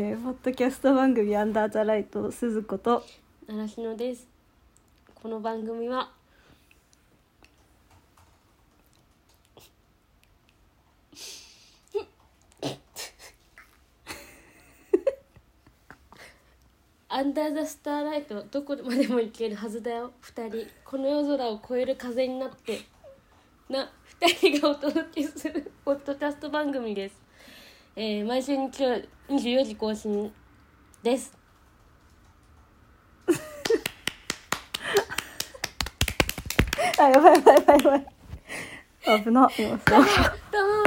ャスト番組アンダーザライト鈴子と奈良篠ですこの番組はアンダーザスターライトどこまでも行けるはずだよ二人この夜空を越える風になってな二人がお届けするポッドキャスト番組です、えー毎週日曜24時更新ですあやばいやばいやばいやばい危な今さ頼む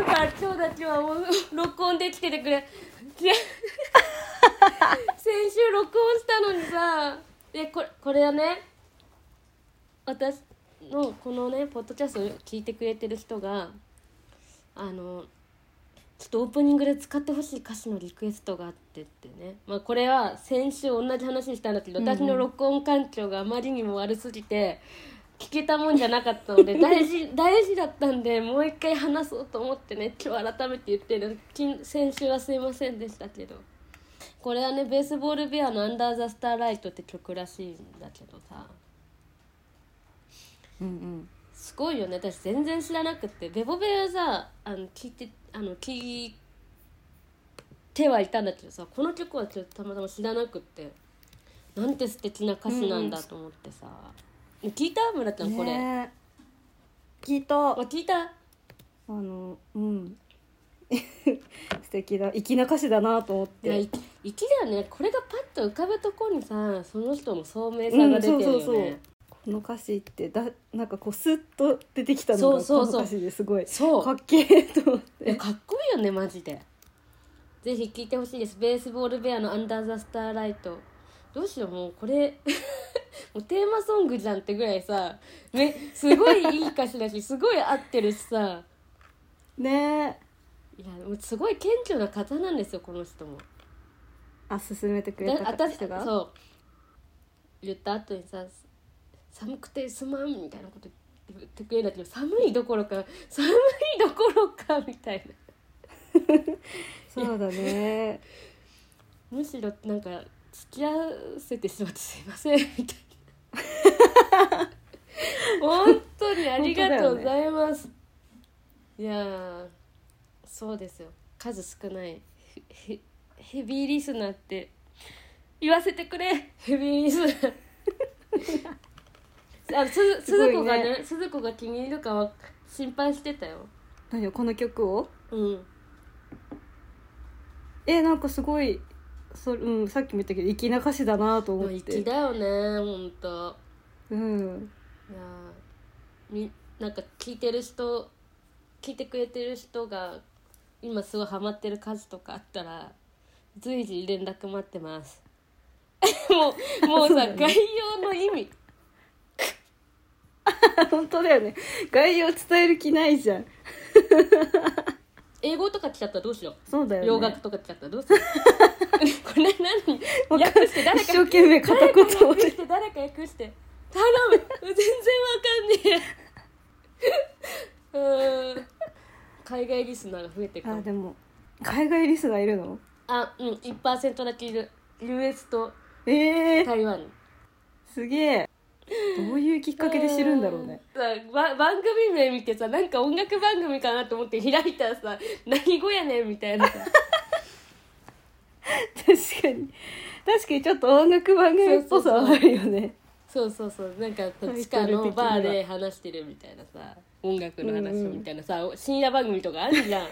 から今日だけはもう録音できててくれいや先週録音したのにさでこれこれはね私のこのねポッドキャストを聞いてくれてる人があのちょっとオープニングで使ってほしい歌詞のリクエストがあってってね、まあ、これは先週同じ話したんだけど、うんうん私の録音環境があまりにも悪すぎて聞けたもんじゃなかったので大事大事だったんでもう一回話そうと思ってね今日改めて言ってるき先週はすいませんでしたけどこれはねベースボールベアの「アンダー・ザ・スター・ライト」って曲らしいんだけどさうんうんすごいよね私全然知らなくてベボベはさあの聞いてあの聞いてはいたんだけどさこの曲はちょっとたまたま知らなくてなんて素敵な歌詞なんだと思ってさ、聞いた村ちゃんこれ、ねえ聞いたあ聞いたあのうん 素敵だ粋な歌詞だなと思っいやていきだよねこれがパッと浮かぶとこにさその人の聡明さが出てるよね、うんそうそうそうこの歌詞ってだなんかこうスッと出てきたのそがうそうそうこの歌詞ですごいそうかっけえと思っいやてかっこいいよねマジでぜひ聴いてほしいですベースボールベアの「アンダー・ザ・スター・ライト」どうしようもうこれ もうテーマソングじゃんってぐらいさ、ね、すごいいい歌詞だしすごい合ってるしさねえいやもうすごい謙虚な方なんですよこの人も。あ進めてくれだた私人がそう言った後にさ「寒くてすまん」みたいなこと言ってくれるんだけど寒いどころか寒いどころかみたいなそうだねむしろなんか付き合わせてしまってすいませんみたいな本当にありがとうございます、いやーそうですよ数少ないヘヘヘビーリスナーって言わせてくれヘビーリスナーあすす鈴ごいね子がね鈴子が気に入るかは心配してたよ何よこの曲をうんえなんかすごいそ、うん、さっきも言ったけど粋な歌詞だなとも思うっ粋てだよねほんとうん いやーみなんか聞いてる人聞いてくれてる人が今すごいハマってる歌詞とかあったら随時連絡待ってます もうもうそうさだね概要の意味本当だよね概要伝える気ないじゃん英語とか来ちゃったらどうしよそうだようね洋楽とか来ちゃったらどうしようこれ何 わかん訳して誰一か生懸命片誰か言を訳して誰か訳して頼む全然わか んねえうーん海外リスナーが増えてくるあでも海外リスナーいるのあうん1%だけいる US とええー、台湾すげえどういうきっかけで知るんだろうねさば番組名見てさなんか音楽番組かなと思って開いたらさ 何語やねんみたいなさ確かに確かにちょっと音楽番組っぽさはあるよねそうそうそうなんかこタイトルう地的に下はのバーで話してるみたいなさ音楽の話をみたいなさ、深夜番組とかある じゃんあ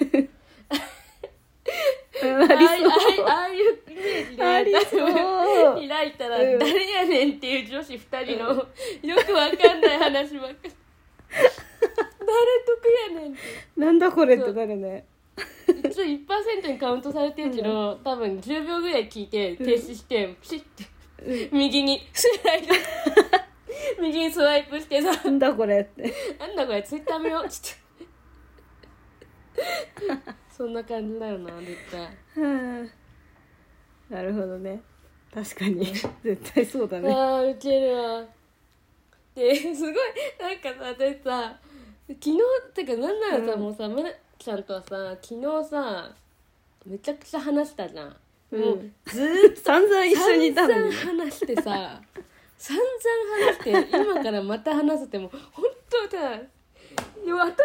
うんあありいそあういああいうイメージでありそう多分開いたらうん誰やねんっていう女子2人のよくわかんない話ばっかり誰得やねんってなんだこれってなるね一応1%にカウントされてるけど、多分10秒ぐらい聞いて停止して、ピシッて右にスラ イド右にスワイプしてさなんだこれってなんだこれツイッター見ようちょっとそんな感じだよな絶対、うん なるほどね確か に絶対そうだねあーウケるわですごいなんかさ私さ昨日てかなんならさ、うんもうさまなちゃんとはさ昨日さめちゃくちゃ話したじゃんう、もうんずーっと散々一緒にいたのに散々話してさ散々話して今からまた話せても本当だ頭おかし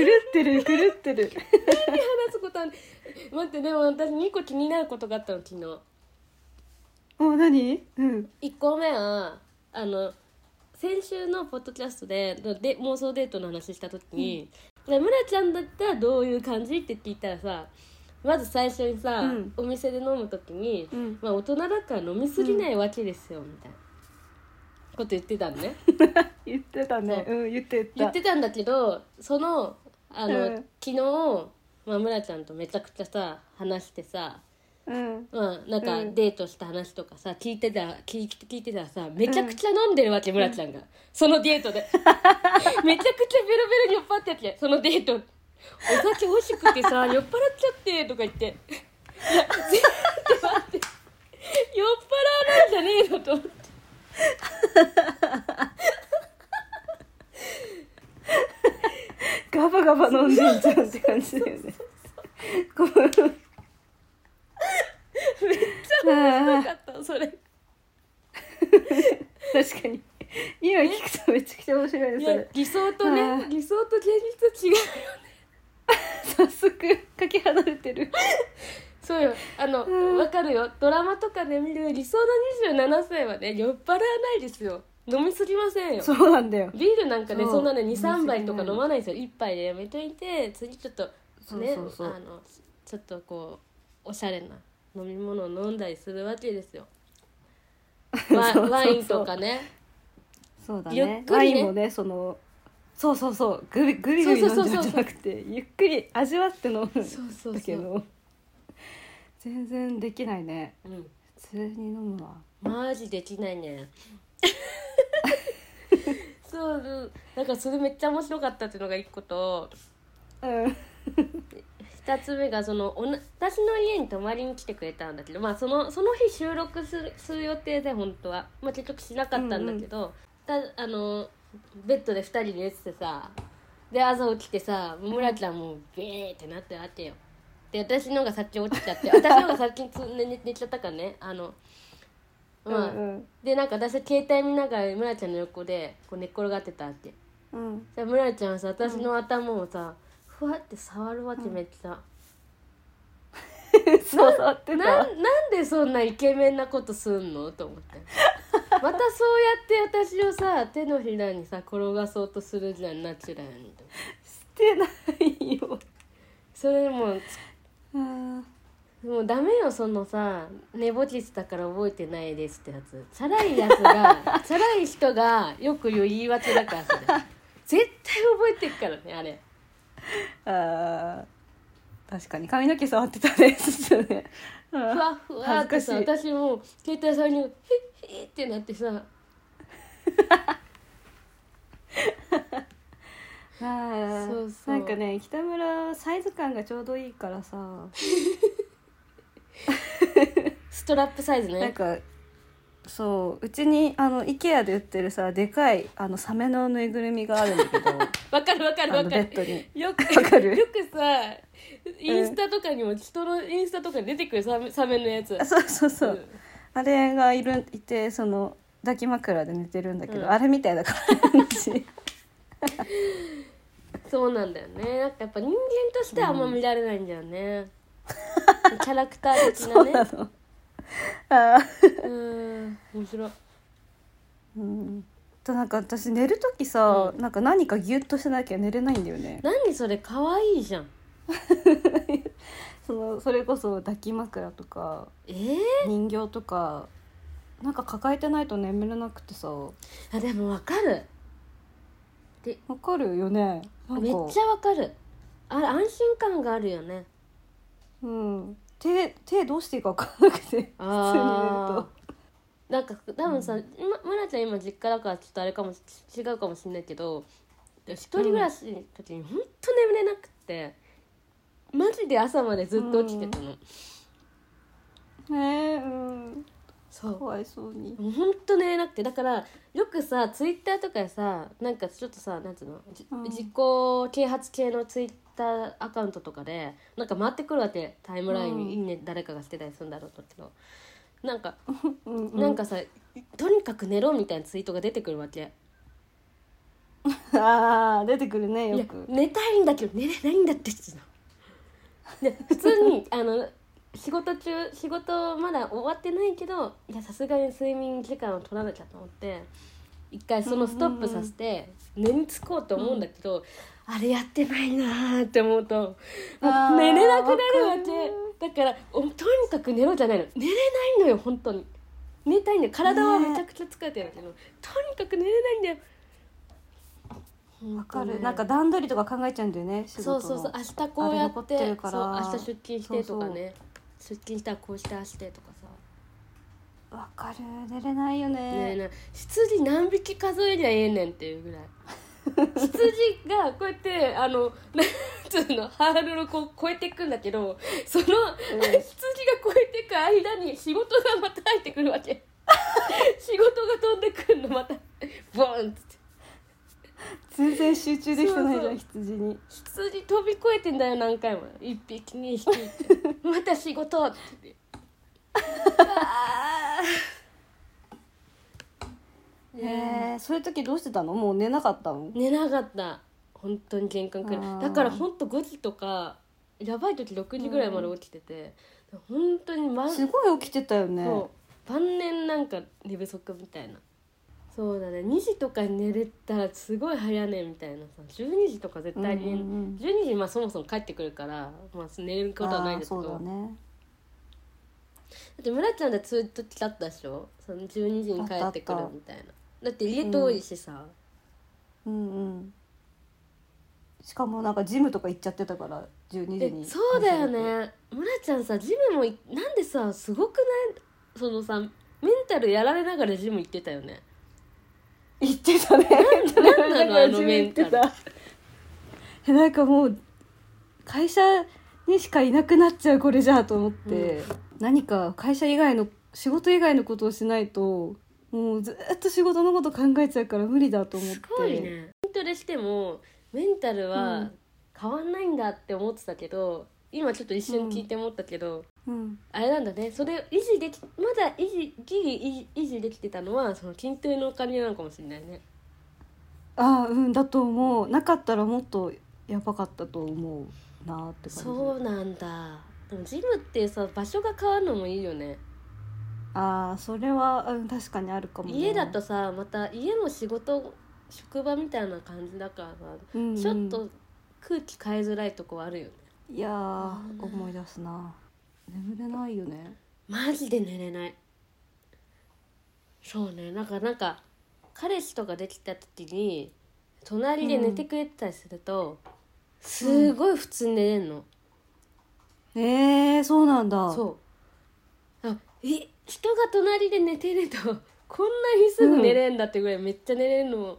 い狂ってる狂ってる話すことある待ってでも私2個気になることがあったの昨日もう何うん1個目はあの先週のポッドキャストでで妄想デートの話した時に「これ村ちゃんだったらどういう感じ?」って聞いたらさまず最初にさ、うんお店で飲む時に「うんまあ、大人だから飲みすぎないわけですよ」みたいなこと言ってたのね。言ってたねそうん言ってた言ってたんだけどそのあの、うん昨日、まあ、村ちゃんとめちゃくちゃさ話してさ、うんまあ、なんうかんデートした話とかさ聞いてた聞い聞いてたらさめちゃくちゃ飲んでるわけ、村ちゃんがそのデー トでめちゃくちゃベロベロに酔っ払っててそのデートお酒欲しくて さ酔っ払っちゃってとか言ってい や全然待って酔っ払わないんじゃねえのと思って。ガバガバ飲んでんじゃんって感じだよねこ う面白かったそれ確かに今聞くとめちゃくちゃ面白いいねや理想とあねー理想と現実違うよねそれ早速かけ離れてるそうよあのうんわかるよドラマとかで見る理想の27歳はね酔っ払わないですよ飲みすぎませんよそうなんだよビールなんかねそうそんなね23杯とか飲みすぎない飲まないですよ1杯でやめといて次ちょっとねそうそうそうあのちょっとこうおしゃれな飲み物を飲んだりするわけです よそうそうそワうワインとかねそうだゆねっくワりねインもねそのそうそうそうグビグビグビ飲んじゃうんじゃなくてゆっくり味わって飲むんだそうそうそけう、ど全然できないねうん、普通に飲むわマジできないね そうそうなんかそれめっちゃ面白かったっていうのが一個とうん二つ目がそのおな私の家に泊まりに来てくれたんだけどまあそのその日収録するする予定で本当は、まあ、結局しなかったんだけど、たあのベッドで二人で寝ててさで朝起きてさ村ちゃんもうベーってなってるわけよで私の方が先起きちゃって 私の方が先につ寝寝寝ちゃったからねあのうまあ、んでなんか私は携帯見ながら村ちゃんの横でこう寝っ転がってたってうんで村ちゃんはさ私の頭をさ、ふわって触るわけめっちゃ、 そう触ってたなわんなんでそんなイケメンなことすんのと思って またそうやって私をさ手のひらにさ転がそうとするじゃんナチュラルにしてないよそれもううんもうダメよそのさ寝ぼけてたから覚えてないですってやつチャラいやつ がチャラい人がよく言う言い訳だからそれ絶対覚えてるからねあれあー確かに髪の毛触ってたね ちょっとねうんふわふわってさ恥ずか私もう携帯触りにヒッヒッってなってさあーそうそうなんかね北村サイズ感がちょうどいいからさストラップサイズねなんかそううちにあの IKEA で売ってるさでかいあのサメのぬいぐるみがあるんだけどわかるわかるあわのかベるッドによくわかるよくさインスタとかにも人のインスタとかに出てくるサメサメのやつあそうそうそう、うんあれがいるいてその抱き枕で寝てるんだけど、うんあれみたいな感じそうなんだよねなんかやっぱ人間としてはあんま見られないんだよね、キャラクター的 そうななねのあーうん面白いうんとなんか私寝る時さ、なんか何かギュッとしなきゃ寝れないんだよね何それ可愛いじゃんそのそれこそ抱き枕とかえー、人形とかなんか抱えてないと眠れなくてさわあでもわかるかるよねなんかめっちゃわかるあれ安心感があるよねうん手手どうしていいか分かんなくてああ普なんか多分さ、今村ちゃん今実家だからちょっとあれかもし違うかもしれないけど一人暮らしの時に本当眠れなくってマジで朝までずっと起きてたの、通に寝るとねえうんそうかわいそうにもうほんと寝れなくてだからよくさツイッターとかでさなんかちょっとさなんつうの、じうん自己啓発系のツイッターアカウントとかでなんか回ってくるわけタイムラインうんに「いいね」誰かがしてたりするんだろうけどなんか、うんうなんかさ「とにかく寝ろ」みたいなツイートが出てくるわけあー出てくるねいやよく寝たいんだけど寝れないんだってっつうの で普通にあの仕事中仕事まだ終わってないけどいやさすがに睡眠時間を取らなきゃと思って一回そのストップさせて寝につこうと思うんだけど、あれやってないなーって思うとあもうー寝れなくなるわわけだからおとにかく寝ろじゃないの寝れないのよ本当に寝たいんだよ体はめちゃくちゃ疲れてるんだけど、とにかく寝れないんだよわかほとるねなんか段取りとか考えちゃうんだよね仕事そのうそうそう明日こうやってあれ残ってるからそう明日出勤してとかね出勤したらこうしてああしてとかさ、わかる寝れないよねねえねえ羊何匹数えりゃええねんっていう ぐらい羊がこうやってあのなんつうのハードルをこう越えていくんだけどその、ん羊が越えていく間に仕事がまた入ってくるわ け仕事が飛んでくるのまたボーンっつって全然集中できてなそういじゃんそう羊に羊飛び越えてんだよ何回も一匹二匹また仕事って言ってへえそういう時どうしてたのもう寝なかったの寝なかった本当に玄関くあらーいだから本当5時とかやばい時6時ぐらいまで起きてて、本当に晩すごい起きてたよねそう晩年なんか寝不足みたいなそうだね2時とかに寝れたらすごい早寝みたいなさ12時とか絶対に、うんうんうん12時まあそもそも帰ってくるから、まあ、寝ることはないんあでーすけそうだどねだって村ちゃんだってそういう時だったでしょその12時に帰ってくるみたいなだって家遠いしさ、うんうんしかもなんかジムとか行っちゃってたから12時えにそうだよね村ちゃんさジムもいなんでさすごくないそのさメンタルやられながらジム行ってたよね行ってたねなんなのあのジムメ行っンタてルた えなんかもう会社にしかいなくなっちゃうこれじゃと思って、何か会社以外の仕事以外のことをしないともうずっと仕事のこと考えちゃうから無理だと思ってすごいね筋トレしてもメンタルうはん変わんないんだって思ってたけど今ちょっと一瞬聞いて思ったけど、うん、あれなんだねそれを維持できまだ維持ギリ維持維持できてたのはその筋トレのお金なのかもしれないねああうんだと思うなかったらもっとやばかったと思うなーって感じそうなんだでもジムってさ場所が変わるのもいいよねああそれは、うん、確かにあるかもね、家だとさまた家も仕事職場みたいな感じだからさ、うんうんちょっと空気変えづらいとこはあるよねいやー思い出すな眠れないよねマジで寝れないそうねなんかなんか彼氏とかできた時に隣で寝てくれてたりすると、すごい普通に寝れんの、えー、そうなんだそうあえ人が隣で寝てると こんなにすぐ寝れんだってぐらいめっちゃ寝れるの、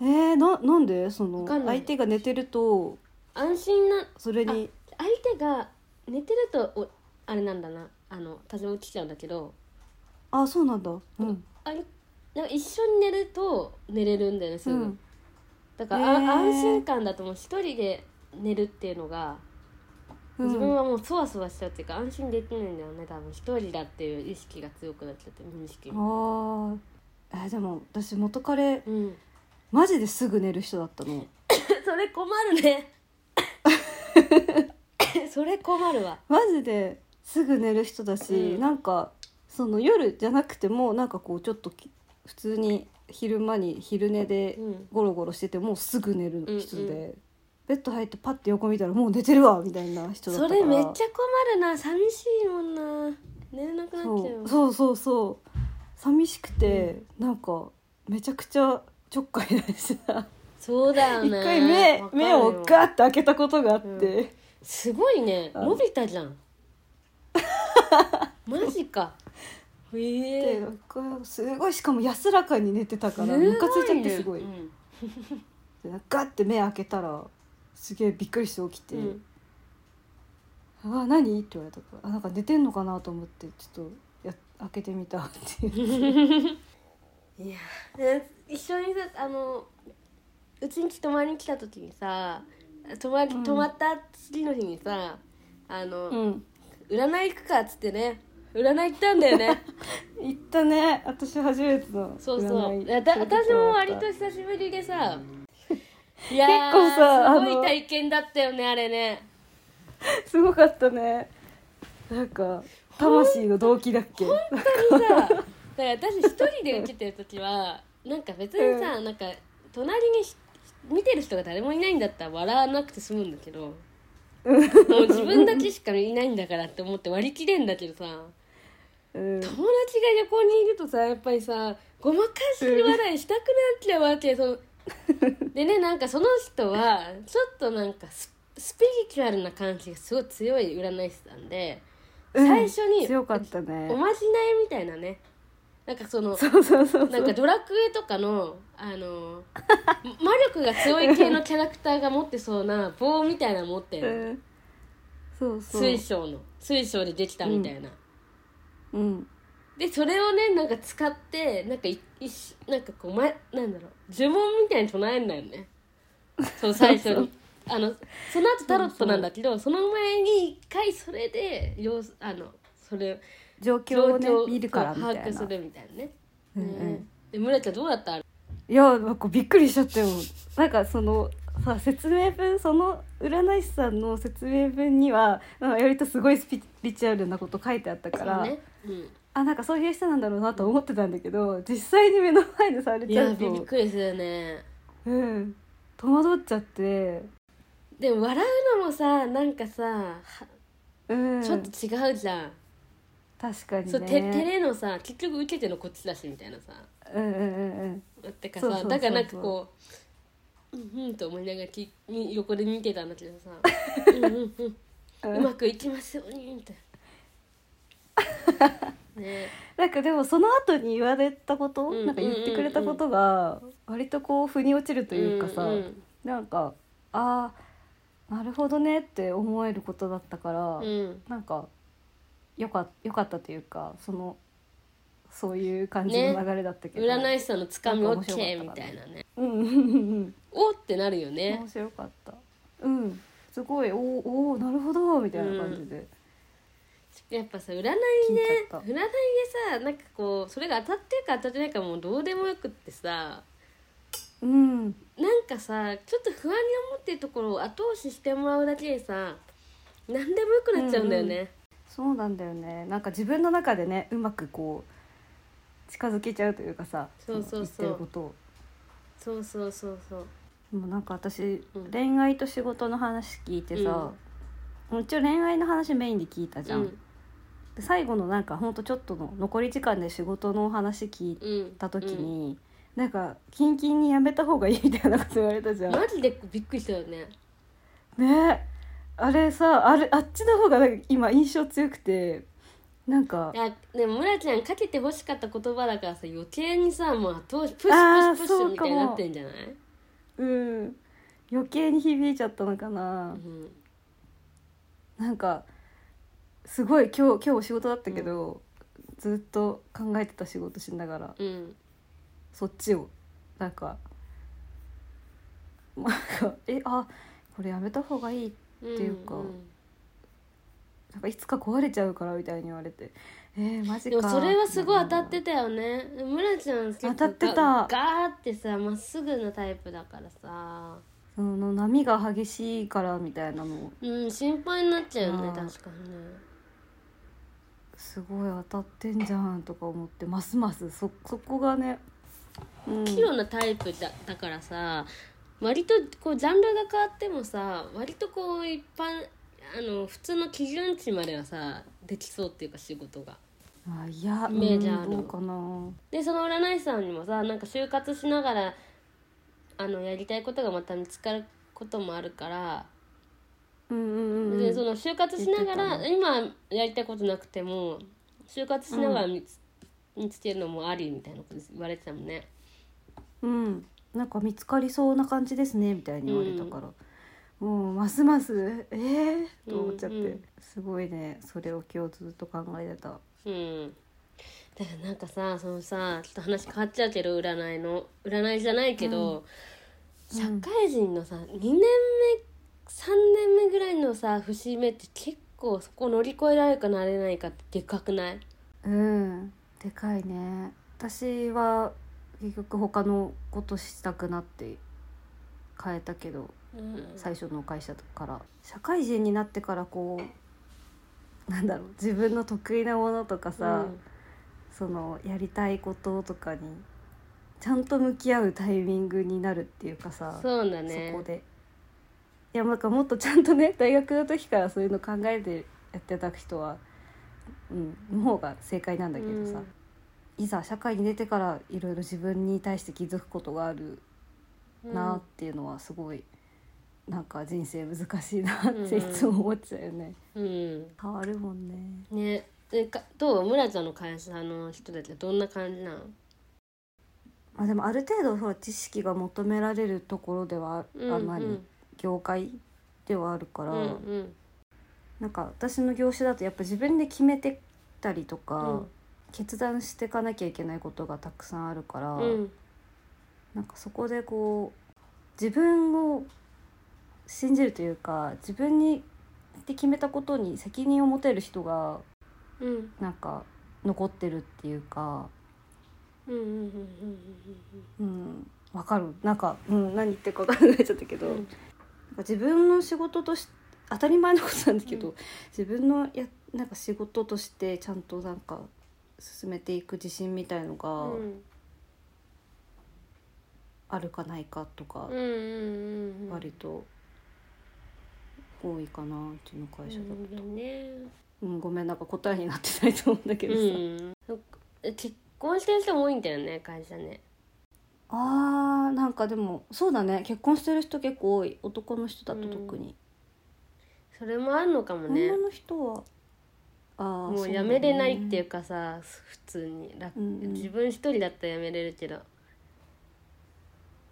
えー、ななんでそのわかんない相手が寝てると安心なそれに相手が寝てるとおあれなんだなあの私も起きちゃうんだけどああそうなんだうんあれなんか一緒に寝ると寝れるんだよねすうぐ、んだから、あへー安心感だともう一人で寝るっていうのがうん自分はもうそわそわしちゃうっていうか安心できないんだよね多分一人だっていう意識が強くなっちゃって無意識あにーえー、でも私元彼うんマジですぐ寝る人だったのそれ困る ねそれ困るわマジですぐ寝る人だし、うんなんかその夜じゃなくてもなんかこうちょっとき普通に昼間に昼寝でうんゴロゴロしててもうすぐ寝る人で、うんうベッド入ってパッて横見たらもう寝てるわみたいな人だったそかられめっちゃ困るな寂しいもんな寝れなくなっちゃうそうそうそうそう寂しくて、なんかめちゃくちゃちょっかい出してたそうだよ 一ね回目わかる目よをガーッて開けたことがあって、うすごいねうん伸びたじ ゃんマジかへでえこれすごいしかも安らかに寝てたからムカついちゃってすごい、うんでガッて目開けたらすげえびっくりして起きて「うんあ何?」って言われたからあなんか寝てんのかなと思ってちょっとや開けてみたっていういやえ一緒にさあのうちに泊まりに来た時にさ泊まりうん泊まった次の日にさ、あの、うん占い行くかっつってね占い行ったんだよね行ったね私初めての そうそう占いだだ私も割と結久しぶりで さいやー構さすあごのい体験だったよねあれね構すごかったねなんか魂の動機だっけ本当にさ だから私一人で受けてる時はなんか別にさ、なんか隣にひ見てる人が誰もいないんだったら笑わなくて済むんだけどもう自分だけしかいないんだからって思って割り切れんだけどさうん友達が横にいるとさやっぱりさごまかし笑いしたくなっちゃうわけその でねなんかその人はちょっとなんかススピリチュアルな感じがすごい強い占い師さんで最初に、うん強かったねおまじないみたいなねなんかそのそうそうそうなんかドラクエとかのあの魔力が強い系のキャラクターが持ってそうな棒みたいなの持ってうる、んそうそう水晶の水晶でできたみたいな、うんでそれをねなんか使ってなんかいいしなんかこう、ま、なんだろう呪文みたいに唱えるんだよねその最初にあのその後タロットなんだけどその前に一回それで様子あのそれ状況をね状況見るからみたい把握なするみたいなね、うんうんねで村ちゃんどうだったあれいやなんかびっくりしちゃったよなんかそのさ説明文その占い師さんの説明文にはなんか割とすごいスピリチュアルなこと書いてあったから、そうね、うんあなんかそういう人なんだろうなと思ってたんだけど実際に目の前でされいちゃやうびっと、くりするねうん、戸惑っちゃって、でも笑うのもさなんかさはうん、ちょっと違うじゃん、確かにねそうて照れのさ結局受けてるのこっちだしみたいなさうんうんうんうんてかそうそうさそうだからなんかこううんうんと思いながらきに横で見てたんだけど さうんうんうんうんうまくいきますようにみたいなねなんかでもその後に言われたこと、うんなんか言ってくれたことが割とこう腑に落ちるというかさ、うんなんかああなるほどねって思えることだったから、うんうんなんかよかよかったというかそのそういう感じの流れだったけど、占い師さんのつかみなんか面白かった OK かみなたいなねうんうんうんおってなるようんね面白かったうんすごいおーおーなるほどみたいな感じで、やっぱさ占いね聞いちゃ占っいでさなんかこうそれが当たってるか当たってないかもうどうでもよくってさたうなんんかさちょっと不安に思ってるところを後押ししてもらうだけでさ何でもよくなっちゃうんだよね、うんそうなんだよねなんか自分の中でねうまくこう近づけちゃうというかさそうそうそうの言ってることをそうそうそうそうでもなんか私、うん恋愛と仕事の話聞いてさ、もちろん恋愛の話メインで聞いたじゃん、うんで最後のなんかほんとちょっとの残り時間で仕事のお話聞いうんた時に、なんかキンキンにやめた方がいいみたいなこと言われたじうゃんんマジでびっくりしたよねねあれさあれあっちの方がなんか今印象強くてなんかいやでも村ちゃんかけてほしかった言葉だからさ余計にさもう後押しプッシュあープッシュプッシそュうみかたもいになってんじゃないうん余計に響いちゃったのかなう、んなんかすごい今日今日お仕事だったけど、ずっと考えてた仕事しながらうんそっちをなんか なんかえあこれやめた方がいいうんっていうかんなんかいつか壊れちゃうからみたいに言われてえー、マジでかもそれはすごい当たってたよね村ちゃん結構当たってたガガーってさまっすぐなタイプだからさその波が激しいからみたいなのうん心配になっちゃうよねあー確かにねすごい当たってんじゃんとか思ってますますそそこがね、うん、器用なタイプだだからさ割とこうジャンルが変わってもさ割とこう一般あの普通の基準値まではさできそうっていうか仕事が。あいやイメージあるうんどうかなでその占い師さんにもさなんか就活しながらあのやりたいことがまた見つかることもあるから、うんうんうんうんでその就活しなが言ら、ってた今やりたいことなくても就活しながら見つ,、見つけるのもありみたいなこと言われてたもんね。うん、なんか見つかりそうな感じですねみたいに言われたから、もうますますえー、と思っちゃって、うんうんすごいねそれを今日ずっと考えてたうんだからなんかさそのさちょっと話変わっちゃうけど占いの占いじゃないけど、社会人のさ2年目3年目ぐらいのさ節目って結構そこ乗り越えられるかなれないかってでかくないうんでかいね私は結局他のことしたくなって変えたけどうん最初の会社から社会人になってからこうなんだろう自分の得意なものとかさ、そのやりたいこととかにちゃんと向き合うタイミングになるっていうかうさん、そうだねそこでいやなんかもっとちゃんとね大学の時からそういうの考えてやってた人は、うん、の方が正解なんだけどさ、いざ社会に出てからいろいろ自分に対して気づくことがあるうんなっていうのはすごい、なんか人生難しいなっていうんつも思っちゃうよね、うん変わるもんねねでかどう村ちゃんの会社の人たちはどんな感じなのまあでもある程度ほら知識が求められるところではあ、うんまあうん業界ではあるから、うんうんなんか私の業種だとやっぱ自分で決めてたりとか、うん決断していかなきゃいけないことがたくさんあるから、うんなんかそこでこう自分を信じるというか自分にって決めたことに責任を持てる人がうんなんか残ってるっていうか、うんうんうんうんうん、わかるなんか、うん、何言ってるか分からなくなっちゃったけど、うんうなんんか自分の仕事とし当たり前のことなんだけど、う自分のやなんか仕事としてちゃんとなんか進めていく自信みたいのうがんうんあるかないかとか、うんうんうん割と多いかなうちの会社だと、なるほどねうんごめんなんか答えになってないと思うんだけどさ、うんそっかえ結婚してる人も多いんだよね会社ねあーなんかでもそうだね結婚してる人結構多い男の人だと特に、それもあるのかもね女の人はあーもそうだねやめれないっていうかさ普通に楽うんうん自分一人だったらやめれるけど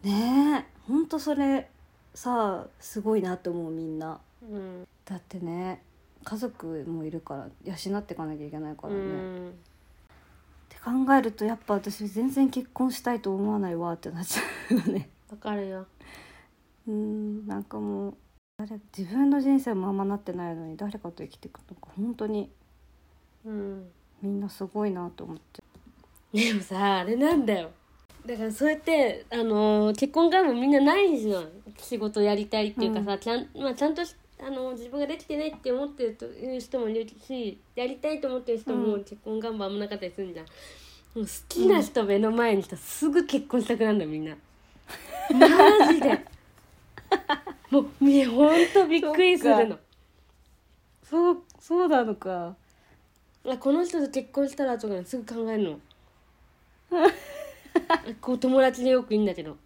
ねえほんとそれさすごいなと思うみんなうんだってね家族もいるから養っていかなきゃいけないからね、っうんて考えるとやっぱ私全然結婚したいと思わないわってなっちゃうよねわかるよ うんなんかもう誰自分の人生もあんまなってないのに誰かと生きていくのか本当にうんみんなすごいなと思ってでもさあれなんだよだからそうやって、あのー結婚からもみんなないじゃん仕事やりたいっていうかさ、ちゃんまあ、ちゃんとし、あのー自分ができてないって思ってるという人もいるしやりたいと思ってる人もうん結婚願望あんまなかったりするんじゃん、もう好きな人目の前にしたらすぐ結婚したくなるんだよみんなマジでもうねほんとびっくりするそのっそうそうなのかあこの人と結婚したらとかすぐ考える のこう友達でよくいいんだけど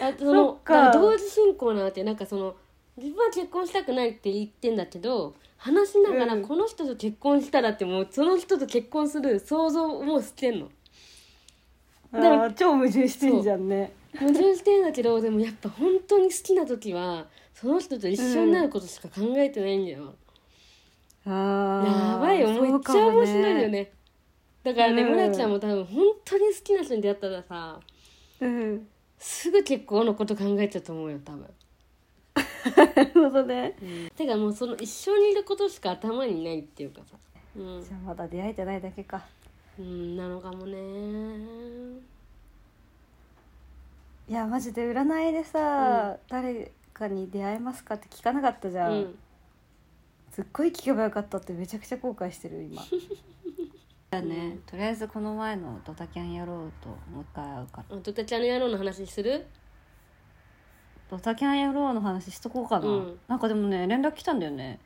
あそそのっかだから同時進行なってなんかその自分は結婚したくないって言ってんだけど話しながらうんこの人と結婚したらってもうその人と結婚する想像をもうしてんのあでもー超矛盾してんじゃんね矛盾してんだけどでもやっぱ本当に好きな時はその人と一緒になることしか考えてないんだよ、ややばいよめっちゃ面白いよねだからねうん村、ちゃんも多分本当に好きな人に出会ったらさうんすぐ結婚のこと考えちゃうと思うよ多分なるほどねてかもうその一緒にいることしか頭にないっていうかさうんじ、ゃあまだ出会えてないだけかうん、なのかもねいやマジで占いでさ、誰かに出会えますかって聞かなかったじうゃん、んすっごい聞けばよかったってめちゃくちゃ後悔してる 今じゃあうんねとりあえずこの前のドタキャンやろうともう一回会うからあドタちゃんの野郎の話するドタキャンやろうの話しとこうかな、うんなんかでもね連絡来たんだよね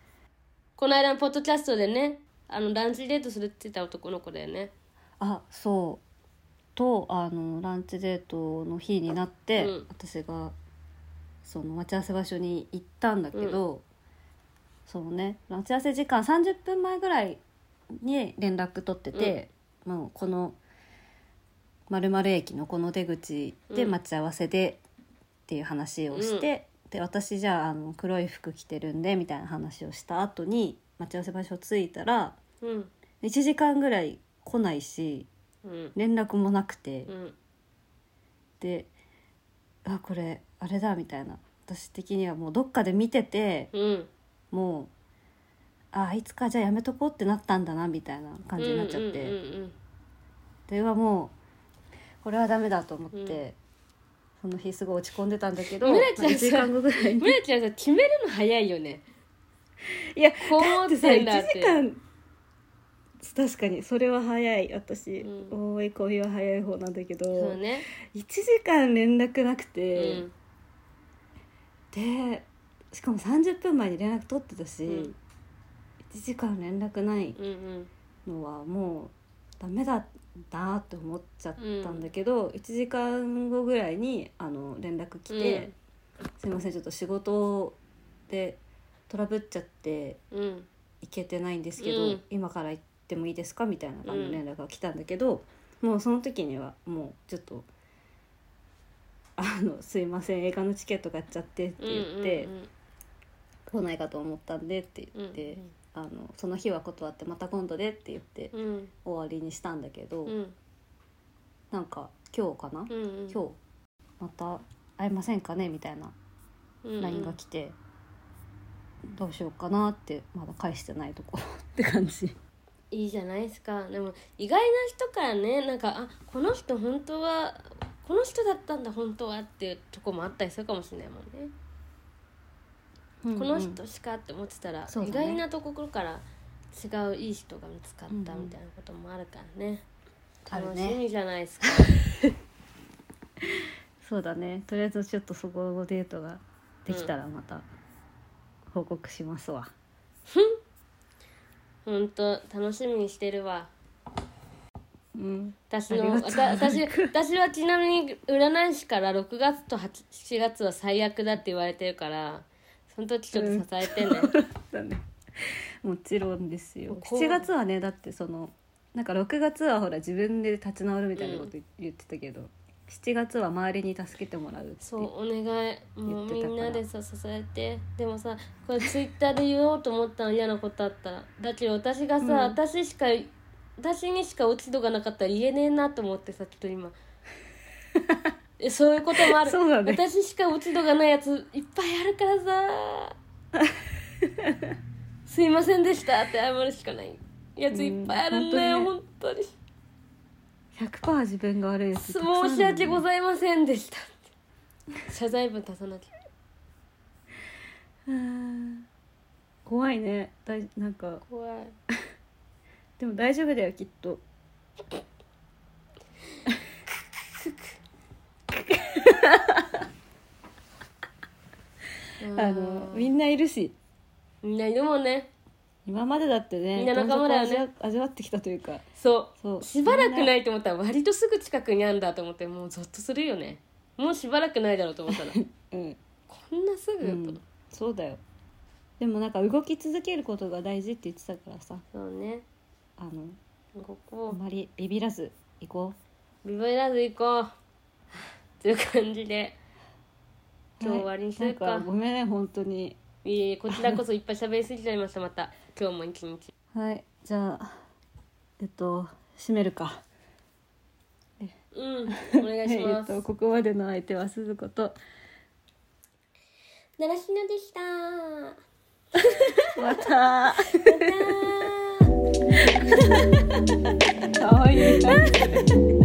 この間のポッドキャストでねあのランチデートするって言った男の子だよねあそうとあのランチデートの日になって、うん私がその待ち合わせ場所に行ったんだけど、そのね待ち合わせ時間30分前ぐらいに連絡取ってて、もうこの丸々駅のこの出口でうん待ち合わせでっていう話をして、で私じゃああの黒い服着てるんでみたいな話をした後に待ち合わせ場所着いたらうん1時間ぐらい来ないしうん連絡もなくて、うんであこれあれだみたいな私的にはもうどっかで見ててうんもうああいつかじゃあやめとこうってなったんだなみたいな感じになっちゃって、うんうんうんでうわもうこれはダメだと思って、その日すごい落ち込んでたんだけど村 ちゃんさまあ一時間後ぐらいうんに村ちゃんさ決めるの早いよねいやこう思だってっさて1んだって時間確かにそれは早い私、うん思い込みは早い方なんだけど、そうね、 1時間連絡なくて、うんでしかも30分前に連絡取ってたし、うん1時間連絡ないうんうんのはもうダメだなって思っちゃったんだけど、1時間後ぐらいにあの連絡来て、すいませんちょっと仕事でトラブっちゃってうん行けてないんですけど、うん今から行ってもいいですか?」みたいなあうのん連絡が来たんだけど、もうその時にはもうちょっと「あのすいません映画のチケット買っちゃって」って言って、うんうん来ないかと思ったんでって言って、あのその日は断ってまた今度でって言ってうんうん終わりにしたんだけど、うんなんか今日かな、うんうん今日また会えませんかねみたいなうんうん LINE が来て、どうしようかなってまだ返してないとこ って感じ。いいじゃないですかでも意外な人からねなんかあこの人本当はこの人だったんだ本当はっていうとこもあったりするかもしれないもんね、この人しかって思ってたら、そう意だね外なところから違ういい人が見つかったみたいうんうんなこともあるからね、ある楽ねしみじゃないですか、そうだねとりあえずちょっとそこのデートができたらまた報告しますわ、本当楽しみにしてるわうん、私ありのがわとうた私私はちなみに占い師から6月と8 7月は最悪だって言われてるからその時ちょっと支えてね、 だねもちろんですよこう7月はねだってそのなんか6月はほら自分で立ち直るみたいなこと言ってたけど、7月は周りに助けてもらうってそうお願いもう言ってみたからんなでさ支えてでもさこれツイッターで言おうと思ったの嫌なことあったらだけど私がさ、うん私しか私にしか落ち度がなかったら言えねえなと思ってさちょっと 今えそういうこともある そうだね私しか落ち度がないやついっぱいあるからさ すいませんでしたって謝るしかないやついっぱいあるんだよ、うん本当に100%自分が悪いです申し訳ごいざいませんでしたって謝罪文出さなきゃ怖いねだいなんか怖いでも大丈夫だよきっとあのみんんないるしみんないるもんね今までだってねみんな仲間だよねどん底を味わ味わってきたというかそそううしばらくいないと思ったら割とすぐ近くにあんだと思ってもうゾッとするよねもうしばらくないだろうと思 ったらうん、こんなすぐうと、ん、そうだよでもなんか動き続けることが大事って言ってたからさそうねあのこあこまりビビらず行こビビらず行こうという感じでう今日終わりにするか,、はいなんごめんね本当にいえこちらこそいっぱい喋りすぎちゃいましたまた今日も一日はいじゃあえっと締めるかうんお願いしは いえまっす、とここまでの相手は鈴子とならしのでした まま たたーかわいい